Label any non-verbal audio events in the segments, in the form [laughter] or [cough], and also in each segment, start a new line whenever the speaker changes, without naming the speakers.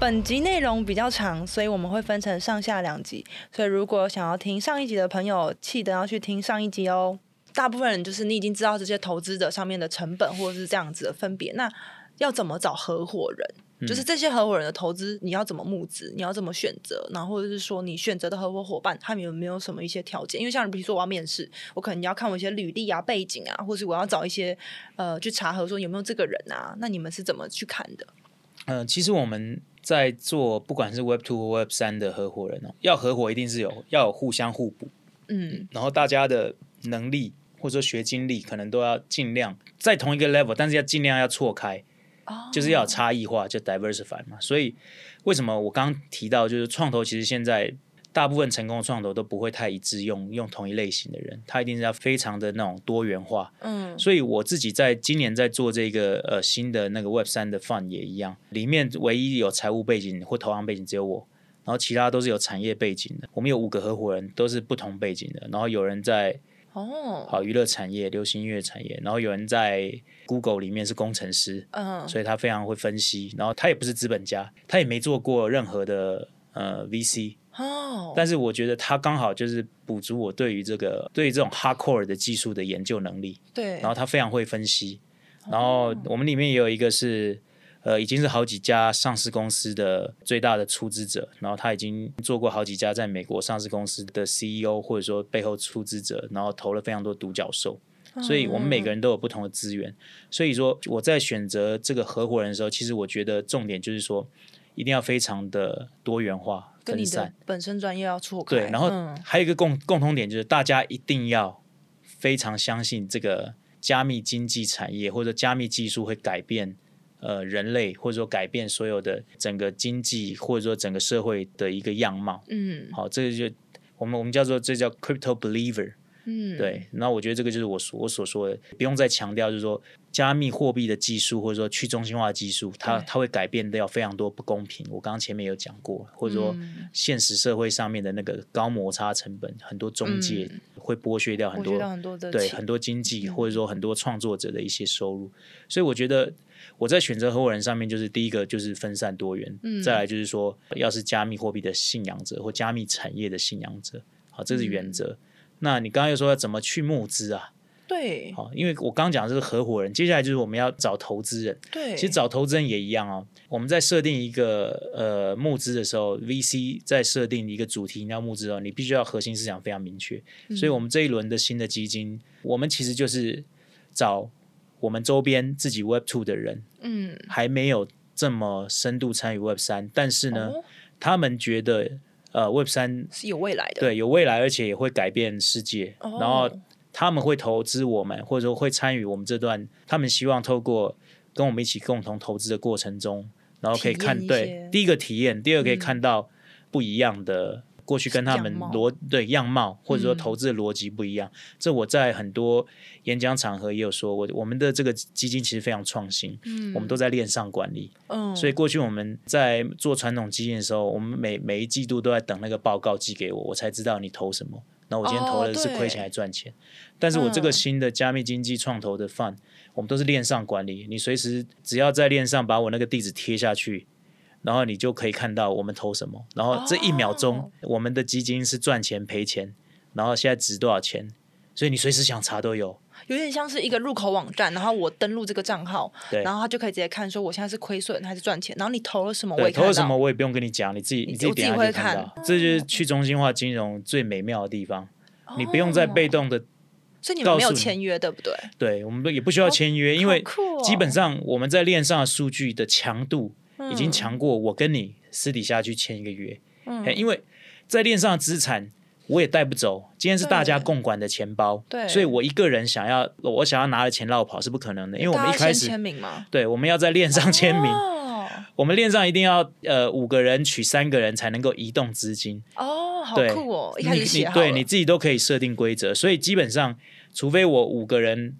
本集内容比较长，所以我们会分成上下两集。所以如果想要听上一集的朋友，记得要去听上一集哦。大部分人就是你已经知道这些投资者上面的成本或者是这样子的分别，那要怎么找合伙人？就是这些合伙人的投资，你要怎么募资？你要怎么选择？然后或者是说，你选择的合伙伙伴，他们有没有什么一些条件？因为像比如说我要面试，我可能要看我一些履历啊、背景啊，或是我要找一些呃去查核说有没有这个人啊。那你们是怎么去看的？
呃，其实我们在做不管是 Web Two 或 Web 三的合伙人哦，要合伙一定是有要有互相互补，
嗯
然后大家的能力或者说学经历可能都要尽量在同一个 level，但是要尽量要错开，
哦
就是要有差异化，就 diversify 嘛。所以为什么我刚刚提到，就是创投其实现在大部分成功的创投都不会太一致用用同一类型的人，他一定是要非常的那种多元化，
嗯
所以我自己在今年在做这个呃新的那个 Web 三的 Fund 也一样，里面唯一有财务背景或投行背景只有我，然后其他都是有产业背景的。我们有五个合伙人，都是不同背景的。然后有人在
哦
好娱乐产业、流行音乐产业，然后有人在 Google 里面是工程师，
嗯
所以他非常会分析。然后他也不是资本家，他也没做过任何的呃 VC，
哦
但是我觉得他刚好就是补足我对于这个对于这种 hardcore 的技术的研究能力。
对，
然后他非常会分析。然
哦
后我们里面也有一个是，呃，已经是好几家上市公司的最大的出资者，然后他已经做过好几家在美国上市公司的 CEO，或者说背后出资者，然后投了非常多独角兽。
哦
所以我
嗯
们每个人都有不同的资源。所以说我在选择这个合伙人的时候，其实我觉得重点就是说，一定要非常的多元化、
跟
分
你
散
的。本身专业要错开，
对，然后
嗯
还有一个共共同点就是，大家一定要非常相信这个加密经济产业或者加密技术会改变呃人类，或者说改变所有的整个经济或者说整个社会的一个样貌。
嗯
好，这个就我们我们叫做这叫 crypto believer。
嗯，
对，那我觉得这个就是我所我所说的，不用再强调，就是说加密货币的技术或者说去中心化的技术，它
对
它会改变掉非常多不公平。我刚刚前面有讲过，或者说
嗯
现实社会上面的那个高摩擦成本，很多中介
嗯
会剥削掉很
我觉
多
得很多的嗯
对
情
很多经济或者说很多创作者的一些收入。所以我觉得我在选择合伙人上面，就是第一个就是分散多元，
嗯
再来就是说，要是加密货币的信仰者或加密产业的信仰者，好，这是
嗯
原则。那你刚刚又说要怎么去募资啊？
对
好，因为我刚刚讲的是合伙人，接下来就是我们要找投资人。
对，
其实找投资人也一样哦。我们在设定一个呃募资的时候，VC 在设定一个主题你要募资哦，你必须要核心思想非常明确。
嗯
所以，我们这一轮的新的基金，我们其实就是找我们周边自己 Web Two 的人，
嗯
还没有这么深度参与 Web 三，但是嗯呢，
哦
他们觉得呃 Web 三
是有未来的，
对有未来，而且也会改变世界，
哦
然后他们会投资我们，或者说会参与我们这段，他们希望透过跟我们一起共同投资的过程中，然后可以
体验
看
一些
对第一个体验，第二个可以
嗯
看到不一样的、过去跟他们
样貌
逻对样貌或者说
嗯
投资的逻辑不一样。这我在很多演讲场合也有说，我我们的这个基金其实非常创新，
嗯
我们都在链上管理，
嗯，
所以过去我们在做传统基金的时候，我们每每一季度都在等那个报告寄给我，我才知道你投什么。那我今天投
哦
的是亏钱
对
还赚钱，但是我这个
嗯
新的加密经济创投的 fund，、我们都是链上管理，你随时只要在链上把我那个地址贴下去，然后你就可以看到我们投什么，然后这一秒钟、
哦
我们的基金是赚钱赔钱，然后现在值多少钱，所以你随时想查都有。
有点像是一个入口网站，然后我登录这个账号，
对
然后他就可以直接看说我现在是亏损还是赚钱，然后你投了什么，我
对，
也
投了
看
什么
到。
我也不用跟你讲，你自己
你
你自己
我自己
点下
会
去看到
看，哦
这就是去中心化金融最美妙的地方。你不用再被
哦，
动的，
所以你们没有
告诉你
签约，对不对？
对我们都也不需要签约，因
哦好
为
酷哦
基本上我们在链上的数据的强度
嗯
已经强过我跟你私底下去签一个约，
嗯
哎因为在链上的资产。我也带不走，今天是大家
对
共管的钱包，
对
所以我一个人想要我想要拿了钱绕跑是不可能的，因为我们
大
一
家
开
先签
始
名嘛，
对我们要在链上签名，
哦
我们链上一定要呃五个人取三个人才能够移动资金，
哦，好
对
酷哦！一
你
开始写
你
好
对
了
你自己都可以设定规则，所以基本上除非我五个人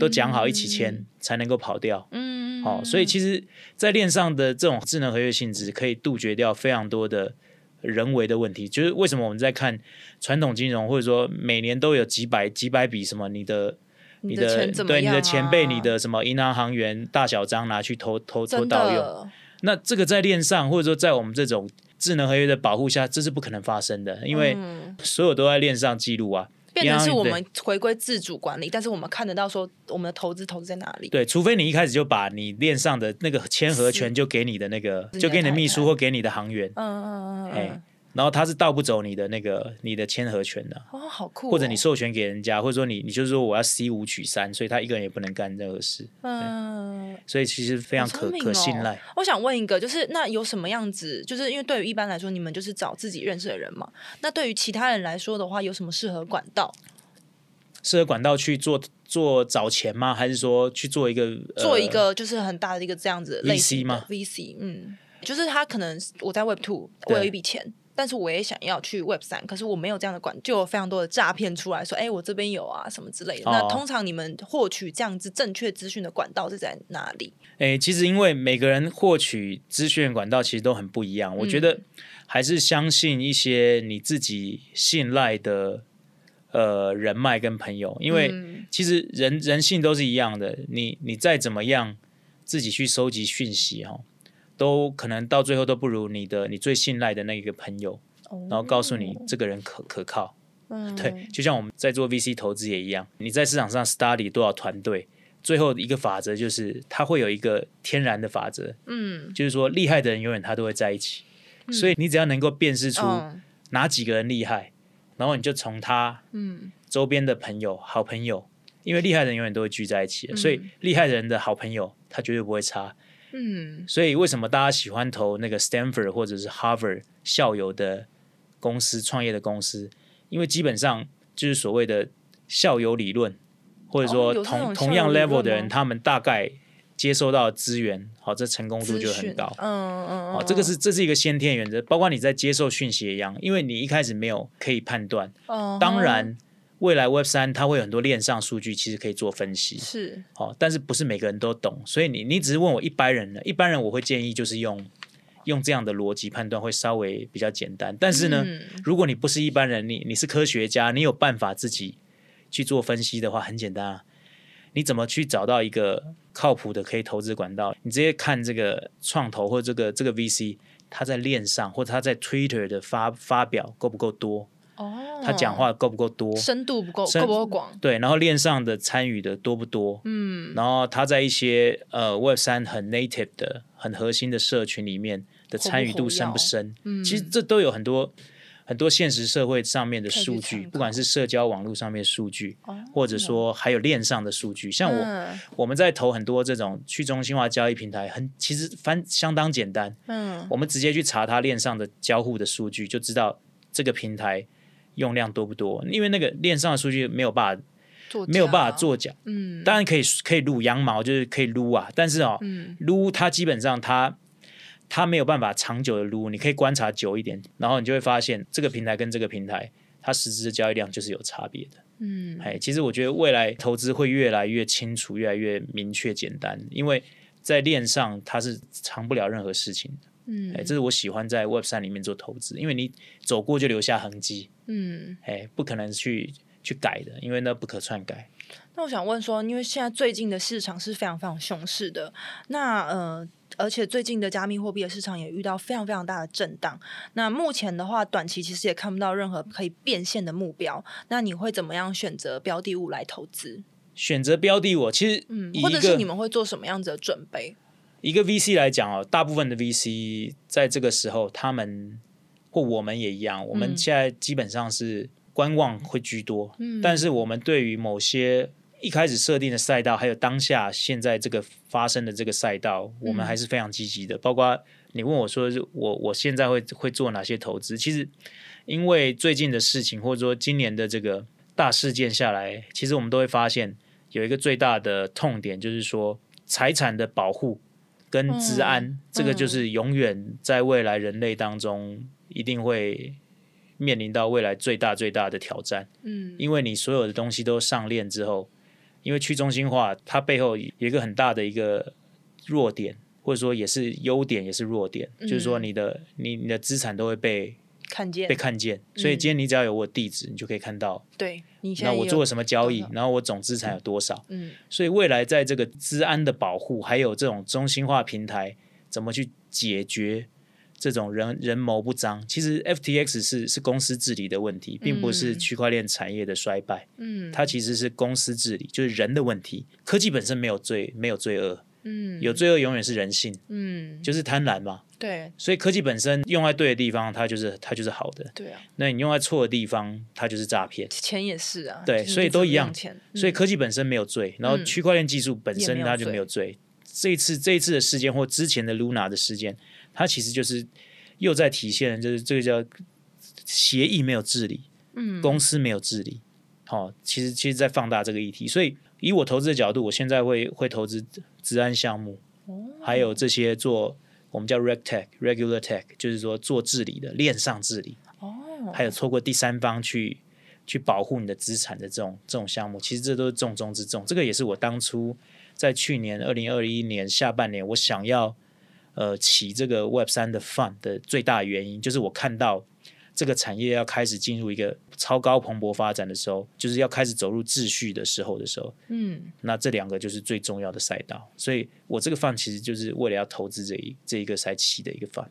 都讲好一起签，才能够跑掉。哦
嗯，
好、嗯所以其实，在链上的这种智能合约性质，可以杜绝掉非常多的人为的问题。就是为什么我们在看传统金融，或者说每年都有几百几百笔什么你的。
你
你
的钱怎么
对你
样啊
的钱被你的什么银行行员大小张拿去偷偷偷
真
盗用，
的
那这个在链上，或者说在我们这种智能合约的保护下，这是不可能发生的，因为
嗯
所有都在链上记录啊。
变成是
一样
我
对
们回归自主管理，但是我们看得到说我们的投资投资在哪里。
对，除非你一开始就把你链上的那个签合权就给你的那个，就给你的秘书或给你的行员，
嗯嗯嗯
哎、
嗯
然后他是盗不走你的那个你的签合权的、
嗯，哦，好酷哦、
或者你授权给人家，或者说你你就是说我要 C 五取三，所以他一个人也不能干任何事，
嗯，
所以其实非常
好
可、
聪明
可
哦
信赖。。
我想问一个，就是那有什么样子？就是因为对于一般来说，你们就是找自己认识的人嘛。那对于其他人来说的话，有什么适合管道？
适合管道去做做找钱吗？还是说去做一个、呃
做一个就是很大的一个这样子类
VC
型的
吗
VC，嗯，就是他可能是我在 Web Two，我
对
有一笔钱。但是我也想要去 Web 三，可是我没有这样的管，就有非常多的诈骗出来说，哎、我这边有啊什么之类的。那
哦
通常你们获取这样子正确资讯的管道是在哪里？
诶、其实因为每个人获取资讯的管道其实都很不一样，我觉得还是相信一些你自己信赖的呃人脉跟朋友，因为
嗯
其实人人性都是一样的，你你再怎么样自己去收集讯息哈、哦，都可能到最后都不如你的你最信赖的那个朋友，然后告诉你这个人可可靠。
嗯
对，就像我们在做 VC 投资也一样，你在市场上 study 多少团队，最后一个法则就是它会有一个天然的法则，
嗯
就是说厉害的人永远他都会在一起，所以你只要能够辨识出
嗯
哪几个人厉害，然后你就从他
嗯
周边的朋友、好朋友，因为厉害的人永远都会聚在一起，所以厉害的人的好朋友他绝对不会差。
嗯
所以为什么大家喜欢投那个 Stanford 或者是 Harvard 校友的公司创业的公司？因为基本上就是所谓的校友理论，或者
哦
说
有这
同、
种
同
校
样
友理
level
论
的
吗
人，他们大概接收到的资源，好，这成功度
资
就
讯
很高。
嗯嗯，
哦
嗯，
这个是这是一个先天原则，包括你在接受讯息也一样，因为你一开始没有可以判断。
嗯
当
哼
然，未来 Web 三它会有很多链上数据，其实可以做分析。
是
哦，但是不是每个人都懂，所以你你只是问我一般人呢，一般人我会建议就是用用这样的逻辑判断会稍微比较简单，但是呢，
嗯
如果你不是一般人，你你是科学家，你有办法自己去做分析的话，很简单啊。你怎么去找到一个靠谱的可以投资管道？你直接看这个创投或这个这个 VC，他在链上或者他在 Twitter 的发发表够不够多，
哦，
他讲话够不够多，
深度不够，
深
够不够广？
对，然后链上的参与的多不多？
嗯，
然后他在一些呃 Web 三很 native 的、很核心的社群里面的参与度深不深？
嗯
其实这都有很多很多现实社会上面的
可以去
数
参
据，
考
不管是社交网络上面的数据，
哦
或者说还有链上的数据。像我、
嗯
我们在投很多这种去中心化交易平台，很其实翻相当简单，
嗯
我们直接去查它链上的交互的数据，就知道这个平台用量多不多。因为那个链上的数据没有办法
作
没有
家
办法，作假。
嗯
当然可以可以撸羊毛，就是可以撸啊，但是哦，
嗯
撸它基本上它它没有办法长久的撸，你可以观察久一点，然后你就会发现这个平台跟这个平台它实质的交易量就是有差别的。
嗯
哎，其实我觉得未来投资会越来越清楚，越来越明确简单，因为在链上它是藏不了任何事情的。哎，
嗯
这是我喜欢在 Web 三里面做投资，因为你走过就留下痕迹，
嗯。
哎，不可能去去改的，因为那不可篡改。
那我想问说，因为现在最近的市场是非常非常熊市的，那呃，而且最近的加密货币的市场也遇到非常非常大的震荡。那目前的话，短期其实也看不到任何可以变现的目标。那你会怎么样选择标的物来投资？
选择标的我，其实
嗯
以，
或
一
者
个
是你们会做什么样子的准备？
一个 VC 来讲哦，大部分的 VC 在这个时候，他们或我们也一样，我们现在基本上是观望会居多，
嗯
但是我们对于某些一开始设定的赛道，还有当下现在这个发生的这个赛道，我们还是非常积极的。包括你问我说，我我现在会会做哪些投资？其实因为最近的事情，或者说今年的这个大事件下来，其实我们都会发现有一个最大的痛点，就是说财产的保护跟治安，这个
嗯
就是永远在未来人类当中一定会面临到未来最大最大的挑战。
嗯
因为你所有的东西都上链之后，因为去中心化，它背后有一个很大的一个弱点，或者说也是优点，也是弱点，
嗯
就是说你的你你的资产都会被
看见
被看见，所以今天你只要有我的地址，你就可以看到，
对嗯你现
那
在
我
也
做
有
了什么交易
多，
然后我总资产有多少，
嗯
所以未来在这个治安的保护，还有这种中心化平台。怎么去解决这种人人谋不臧？其实 FTX 是是公司治理的问题，并不是
嗯
区块链产业的衰败，
嗯，
它其实是公司治理，就是人的问题。科技本身没有罪，没有罪恶，
嗯
有罪恶永远是人性，
嗯，
就是贪婪嘛。
对
所以科技本身用在对的地方，它就是它就是好的；
对啊，
那你用在错的地方，它就是诈骗。
钱也是啊，
对
就是
所以
你怎
都
么
一样
用钱，
所以
嗯
科技本身没有罪，然后
嗯
区块链技术本身
也没有
它就没有罪。这一次这一次的事件或之前的 Luna 的事件，它其实就是又在体现，就是这个叫协议没有治理，
嗯
公司没有治理。好、其实其实在放大这个议题，所以以我投资的角度，我现在会会投资治安项目，
哦
还有这些做我们叫 reg tech、regular tech，就是说做治理的链上治理。
哦，
还有错过第三方去去保护你的资产的这种这种项目，其实这都是重中之重。这个也是我当初在去年二零二一年下半年我想要呃起这个 Web 三的 Fund 的最大原因，就是我看到这个产业要开始进入一个超高蓬勃发展的时候，就是要开始走入秩序的时候的时候，
嗯
那这两个就是最重要的赛道。所以我这个 Fund 其实就是为了要投资这一这一个赛期的一个 Fund。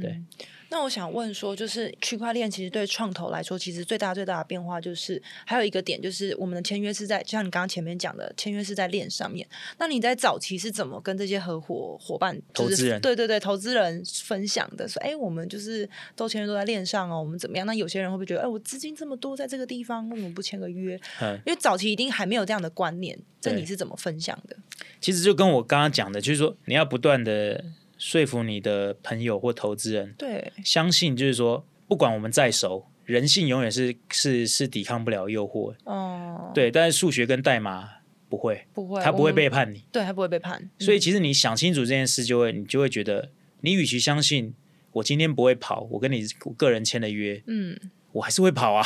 对
嗯。那我想问说，就是区块链其实对创投来说，其实最大最大的变化就是，还有一个点就是，我们的签约是在，就像你刚刚前面讲的，签约是在链上面。那你在早期是怎么跟这些合伙伙伴、就
投
是
资人
对对对，投资人分享的？说，哎，我们就是都签约都在链上哦，我们怎么样？那有些人会不会觉得，哎，我资金这么多，在这个地方，为什么不签个约？
嗯
因为早期一定还没有这样的观念，这
对
你是怎么分享的？
其实就跟我刚刚讲的，就是说你要不断的说服你的朋友或投资人
对，
相信，就是说不管我们再熟，人性永远是是是抵抗不了诱惑的，
哦，，
对。但是数学跟代码不会，
不会，
它不
我
会
们
背，叛你。
对，他不会背叛，
所以其实你想清楚这件事，就会你就会觉得，你与其相信我今天不会跑，我跟你我个人签了约，
嗯。
我还是
[laughs]
会跑啊。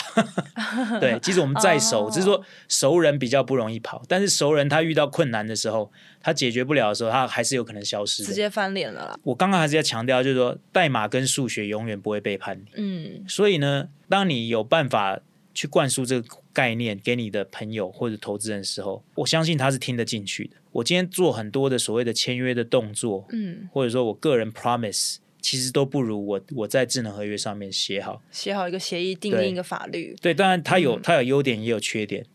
对，即使我们再熟，
哦
只是说熟人比较不容易跑，但是熟人他遇到困难的时候，他解决不了的时候，他还是有可能消失的
直。接翻脸了啦。
我刚刚还是要强调，就是说代码跟数学永远不会背叛你。
嗯
所以呢，当你有办法去灌输这个概念给你的朋友或者投资人的时候，我相信他是听得进去的。我今天做很多的所谓的签约的动作，
嗯，
或者说我个人 promise，其实都不如我我在智能合约上面写好。
写好一个协议，订
对
定一个法律。
对，当然它
嗯
有、它有优点也有缺点。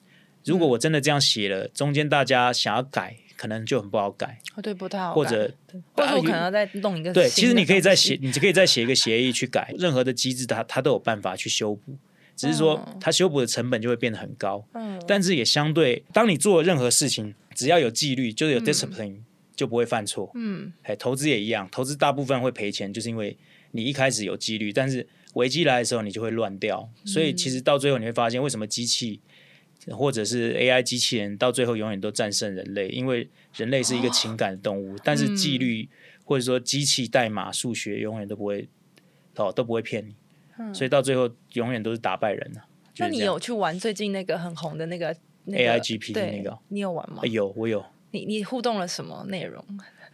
如果我真的这样写了，中间大家想要改，可能就很不好改，
哦，对，不太好改。
或者
或者我
啊
可能要再弄一个新的东
对，
西。
其实你可以再写，你可以再写一个协议去改，任何的机制它它都有办法去修补，只是说
嗯
它修补的成本就会变得很高，
嗯，
但是也相对，当你做任何事情，只要有纪律，就是有 discipline，、就不会犯错。
嗯
哎，投资也一样，投资大部分会赔钱，就是因为你一开始有纪律，但是危机来的时候你就会乱掉，
嗯
所以其实到最后你会发现，为什么机器或者是 AI 机器人到最后永远都战胜人类，因为人类是
哦
一个情感的动物，但是纪
嗯
律或者说机器代码、数学永远都不会哦都不会骗你，
嗯
所以到最后永远都是打败人啊。
那
就是
你
这样
有去玩最近那个很红的那个那个
AIGP
对
那个哦？
你有玩吗
哎？有我有。
你你互动了什么内容？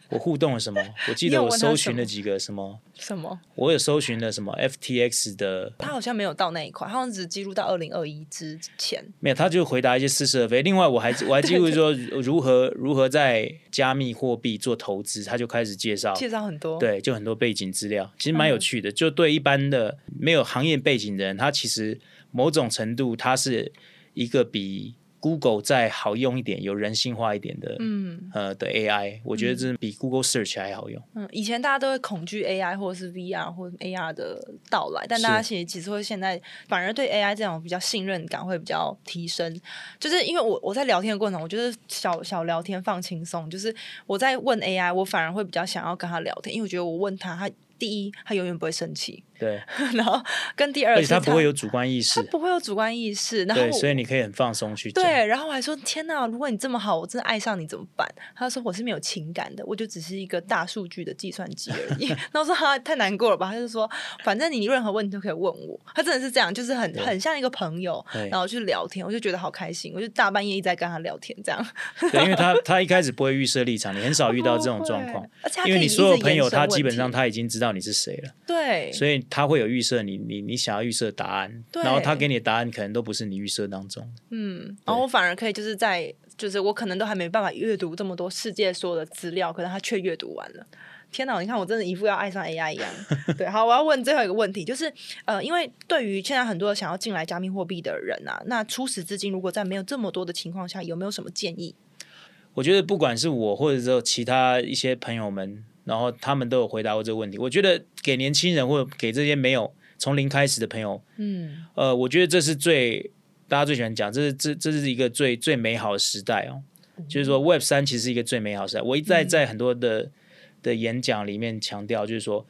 我互动
[laughs]
了什么？我记
你
得
有
我
问他
搜
什
寻
么
了几个什么，
什么？
我有搜寻了什么 FTX 的
他好像没有到那一块，他好像只记录到二零二一之前。
没有，他就回答一些似是而非。另外，我还我还记录说如何如何在加密货币做投资，他就开始介绍，
介绍嗯很多，，
对，就很多背景资料，其实蛮有趣的。就对一般的没有行业背景的人，他其实某种程度他是一个比 Google 再好用一点、有人性化一点的，
嗯
呃的 AI，我觉得这比 Google Search 还好用。
嗯，以前大家都会恐惧 AI 或者是 VR 或者 AR 的到来，但大家
是
其实其实会现在反而对 AI 这种比较信任感会比较提升，就是因为我我在聊天的过程，我觉得小小聊天放轻松，就是我在问 AI，我反而会比较想要跟他聊天，因为我觉得我问他，他第一他永远不会生气， [laughs]
对，
然后跟第二
而
是
且他不会有主观意
他
识，
不会有主观意识，然后
对，
我
所以你可以很放松去讲。
对，然后我还说天哪，如果你这么好，我真的爱上你怎么办？他说我是没有情感的，我就只是一个大数据的计算机而已。 [laughs] 然后我说哈、太难过了吧？他就说反正你任何问题都可以问我。他真的是这样，就是很很像一个朋友，
对
然后去聊天，我就觉得好开心，我就大半夜一直在跟他聊天这样。
对，因
[laughs]
为他他一开始不会预设立场，你很少遇到这种
不
状
哦 [laughs] 会
况，，
而且他
因
可以
为你
一
所有
直
朋
延
友
伸
他
问
基本
题
上他已经知道你是谁了，
对，
所以他会有预设你你你想要预设答案，
对
然后他给你的答案可能都不是你预设当中的。
嗯，然后我反而可以就是在。就是我可能都还没办法阅读这么多世界所有的资料，可能他却阅读完了。天哪，你看我真的一副要爱上 AI 一样。对，好，我要问最后一个问题，就是呃，因为对于现在很多想要进来加密货币的人啊，那初始资金如果在没有这么多的情况下，有没有什么建议？
我觉得不管是我或者说其他一些朋友们，然后他们都有回答过这个问题。我觉得给年轻人或者给这些没有从零开始的朋友，
嗯，
呃，我觉得这是最大家最喜欢讲，这是这这是一个最最美好的时代哦。就是说，Web 三其实是一个最美好的时代。我一再在很多的、的演讲里面强调，就是说，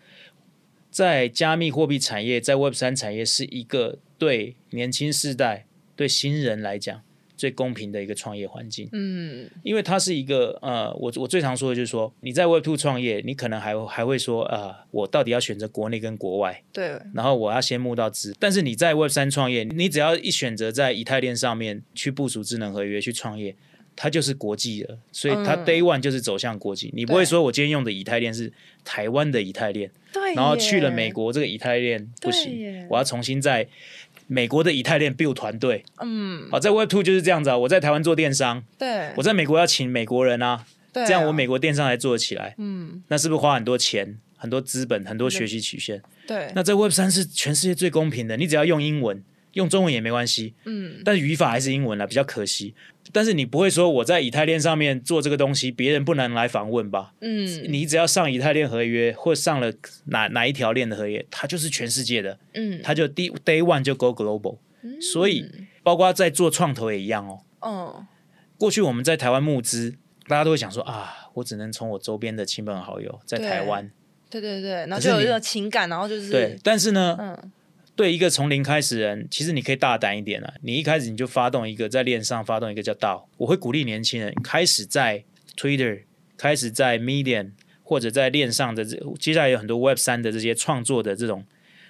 在加密货币产业，在 Web 三产业是一个对年轻世代、对新人来讲最公平的一个创业环境。
嗯，
因为它是一个呃，我我最常说的就是说，你在 Web Two 创业，你可能还还会说啊、呃我到底要选择国内跟国外，
对，
然后我要先募到资。但是你在 Web 三创业，你只要一选择在以太链上面去部署智能合约去创业，它就是国际了，所以它
嗯
Day One 就是走向国际。你不
对
会说我今天用的以太链是台湾的以太链，
对耶，
然后去了美国这个以太链
对
不行
耶，
我要重新在美国的以太链 build 团队。
嗯，
好，在 Web Two 就是这样子啊，我在台湾做电商。
对，
我在美国要请美国人啊，
对啊
这样我美国电商才做得起来。
嗯，
那是不是花很多钱、很多资本、很多学习曲线？
对，
那在 Web 三是全世界最公平的，你只要用英文，用中文也没关系，
嗯，
但是语法还是英文啦，比较可惜。但是你不会说我在以太链上面做这个东西，别人不能来访问吧？
嗯
你只要上以太链合约或上了哪哪一条链的合约，它就是全世界的，
嗯
它就第 day one 就 go global。所以包括在做创投也一样哦，
嗯，
过去我们在台湾募资，大家都会想说啊，我只能从我周边的亲朋好友在
对
台湾
对对对，然后
可
就是有一
你
个情感，然后就是
对，但是呢，
嗯
对一个从零开始的人，其实你可以大胆一点啊，你一开始你就发动一个在链上发动一个叫道，我会鼓励年轻人开始在 Twitter，开始在 Medium 或者在链上的这接下来有很多 Web 三的这些创作的这种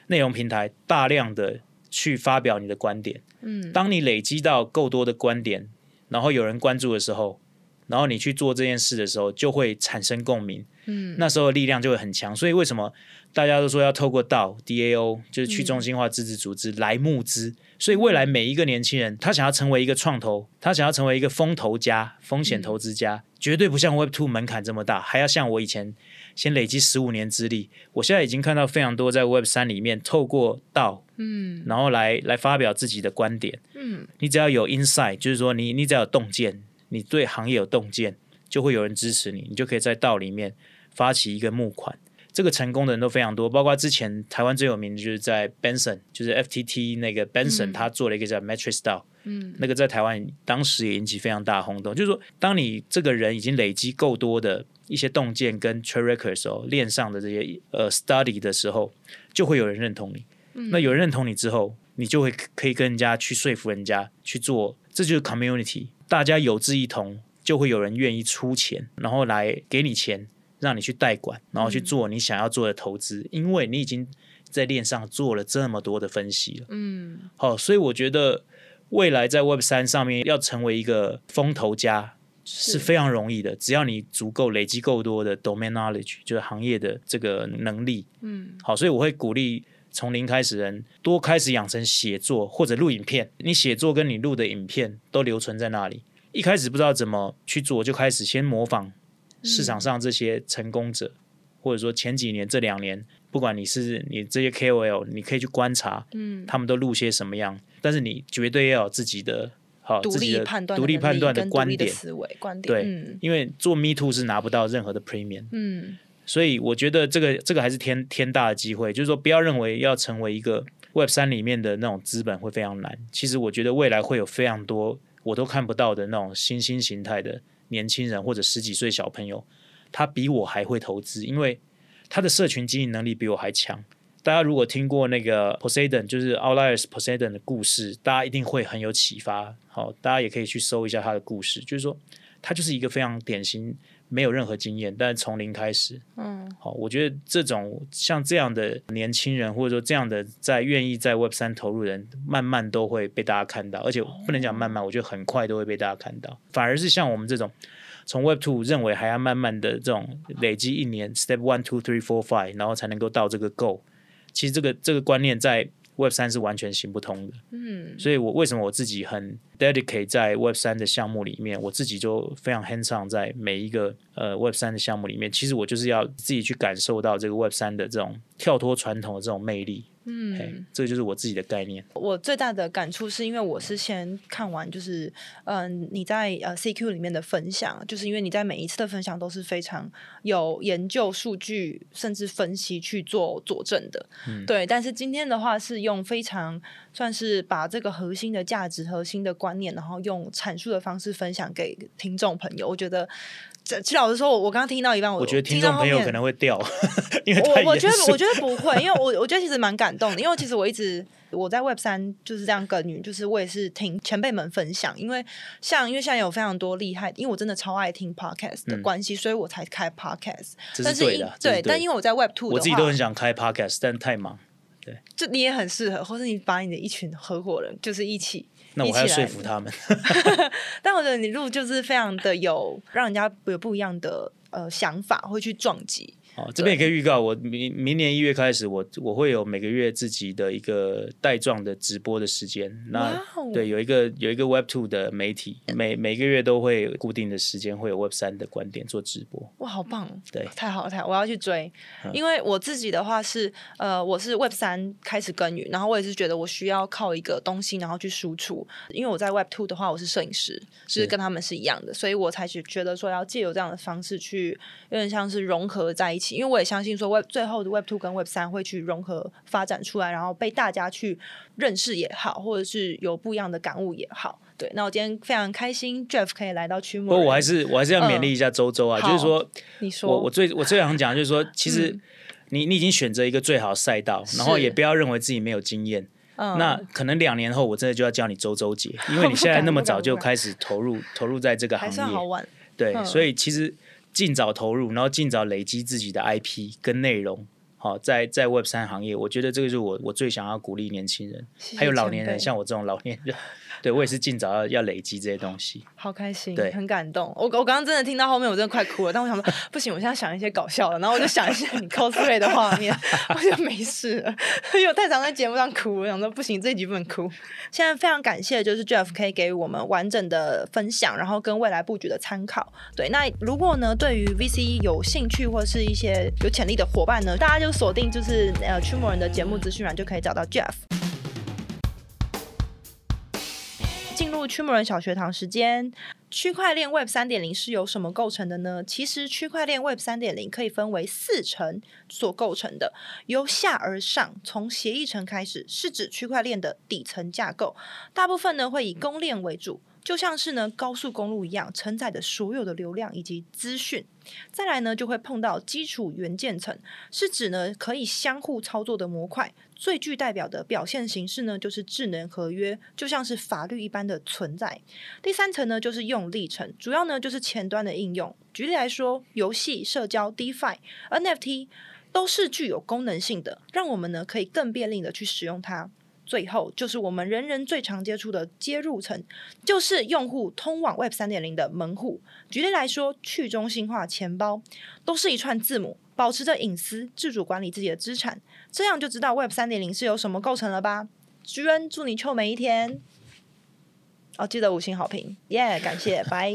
内容平台，大量的去发表你的观点。
嗯，
当你累积到够多的观点，然后有人关注的时候，然后你去做这件事的时候，就会产生共鸣。
嗯，
那时候力量就会很强。所以为什么大家都说要透过道 DAO 就是去中心化自治组织来募资？所以未来每一个年轻人，他想要成为一个创投，他想要成为一个风投家、风险投资家，绝对不像 Web Two 门槛这么大，还要像我以前先累积十五年资历。我现在已经看到非常多在 Web 三里面透过道，
嗯，
然后来来发表自己的观点。
嗯，
你只要有 insight，就是说你你只要有洞见，你对行业有洞见，就会有人支持你，你就可以在道里面发起一个募款。这个成功的人都非常多，包括之前台湾最有名的就是在 Benson，就是 FTT 那个 Benson，、他做了一个叫 Matrix DAO，
嗯，
那个在台湾当时也引起非常大的轰动。就是说，当你这个人已经累积够多的一些洞见跟 track record 的时候，链上的这些呃 study 的时候，就会有人认同你。那有人认同你之后，你就会可以跟人家去说服人家去做，这就是 community，大家有志一同，就会有人愿意出钱，然后来给你钱，让你去代管，然后去做你想要做的投资，因为你已经在链上做了这么多的分析了。
嗯，
好，所以我觉得未来在 Web 三上面要成为一个风投家是非常容易的，只要你足够累积够多的 domain knowledge，就是行业的这个能力。
嗯，
好，所以我会鼓励从零开始人多开始养成写作或者录影片，你写作跟你录的影片都留存在那里。一开始不知道怎么去做，就开始先模仿
嗯
市场上这些成功者，或者说前几年这两年，不管你是你这些 KOL，你可以去观察，
嗯，
他们都录些什么样，但是你绝对要有自己的好
独
自己
立
的
判断、
独立判断的观点，
思维观点，
对，
嗯
因为做 Me Too 是拿不到任何的 premium，
嗯
所以我觉得这个这个还是天天大的机会，就是说不要认为要成为一个 Web 三里面的那种资本会非常难，其实我觉得未来会有非常多我都看不到的那种新兴形态的年轻人或者十几岁小朋友，他比我还会投资，因为他的社群经营能力比我还强。大家如果听过那个 Poseidon，就是 Outliers Poseidon 的故事，大家一定会很有启发。好，大家也可以去搜一下他的故事，就是说他就是一个非常典型没有任何经验，但是从零开始。
嗯
好，我觉得这种像这样的年轻人，或者说这样的在愿意在 Web 三投入的人，慢慢都会被大家看到，而且不能讲慢慢，我觉得很快都会被大家看到。反而是像我们这种从 Web Two 认为还要慢慢的这种累积一年 Step One Two Three Four Five，然后才能够到这个 Go，其实这个这个观念在 Web 三是完全行不通的。
嗯
所以我为什么我自己很 dedicate 在 Web 三的项目里面，我自己就非常 hands on 在每一个呃 Web 三的项目里面。其实我就是要自己去感受到这个 Web 三的这种跳脱传统的这种魅力。嘿
嗯，
这个就是我自己的概念。
我最大的感触是因为我是先看完，就是嗯、呃你在呃 CQ 里面的分享，就是因为你在每一次的分享都是非常有研究数据，甚至分析去做佐证的，
嗯
对。但是今天的话是用非常算是把这个核心的价值、核心的观念，然后用阐述的方式分享给听众朋友。我觉得，这其实老实说，我我刚哦刚听到一半，我
我觉得听
到
众
后
朋友
面
可能会掉， [laughs] 因为太
我我
严
觉得
肃
我觉得不会，因为我我觉得其实蛮感动的，因为其实我一直我在 Web 三就是这样耕耘，就是我也是听前辈们分享，因为像因为现在有非常多厉害，因为我真的超爱听 podcast 的
嗯
关系，所以我才开 podcast。
这
但
是
是
对
因
的，这是
但因
为
为我在 Web two
我
的
自己都
话
很，想开 podcast，但太忙，
就你也很适合，或是你把你的一群合伙人就是一起。
那
一
我
起
还要说
来
服他们。
但我觉得你录就是非常的有让人家有不一样的呃想法，会去撞击。
哦，这边也可以预告，我明明年一月开始，我我会有每个月自己的一个带状的直播的时间。那
哇哦嗯
对，有一个有一个 Web Two 的媒体，每每个月都会固定的时间会有 Web 三的观点做直播。
哇，好棒哦！
嗯对嗯
太好了，太好了，我要去追。 [laughs] 因为我自己的话是，呃，我是 Web 三开始耕耘，然后我也是觉得我需要靠一个东西，然后去输出。因为我在 Web two 的话，我是摄影师，就是
是
跟他们是一样的，所以我才觉觉得说要借由这样的方式去，有点像是融合在一起。因为我也相信说 Web 最后的 Web two 跟 Web 三会去融合发展出来，然后被大家去认识也好，或者是有不一样的感悟也好。对，那我今天非常开心，Jeff 可以来到驱
不
魔人。
过我还是我还是要勉
嗯
励一下周周啊，
好
就是说
你说
我我最我最想讲的就是说，其实你你已经选择一个最好的赛道，然后
是
也不要认为自己没有经验。
嗯
那可能两年后我真的就要叫你周周姐，因为你现在那么早就
不敢不敢
开始投入投入在这个行
[laughs] 还
业，
算好玩。
对，
嗯
所以其实尽早投入，然后尽早累积自己的 IP 跟内容。好，在在 Web 三行业，我觉得这个是我我最想要鼓励年轻人，
谢谢
还有老
前
年人，
辈
像我这种老年人， [laughs] 对我也是尽早要要累积这些东西。
好开心，
对
很感动。我我刚刚真的听到后面，我真的快哭了。但我想说， [laughs] 不行，我现在想一些搞笑的，然后我就想一些你 cosplay 的画面， [laughs] 我就没事了。 [laughs] 因为我太常在节目上哭，我想说不行，这一集不能哭。现在非常感谢，就是 Jeff 可以给我们完整的分享，然后跟未来布局的参考。对，那如果呢，对于 VC 有兴趣或是一些有潜力的伙伴呢，大家就锁定就是呃驱魔人的节目资讯栏，就可以找到 Jeff。进入驱魔人小学堂时间。区块链 Web 三点零是由什么构成的呢？其实区块链 Web 三点零可以分为四层所构成的，由下而上，从协议层开始，是指区块链的底层架构。大部分呢会以公链为主，就像是呢高速公路一样，承载着所有的流量以及资讯。再来呢就会碰到基础元件层，是指呢可以相互操作的模块。最具代表的表现形式呢，就是智能合约，就像是法律一般的存在。第三层呢，就是用历程，主要呢就是前端的应用。举例来说，游戏、社交、DeFi、NFT 都是具有功能性的，让我们呢可以更便利的去使用它。最后就是我们人人最常接触的接入层，就是用户通往 Web 三点零的门户。举例来说，去中心化钱包都是一串字母，保持着隐私，自主管理自己的资产，这样就知道 Web 三点零是由什么构成了吧？居恩，祝你臭美一天！哦，记得五星好评，耶、感谢，拜。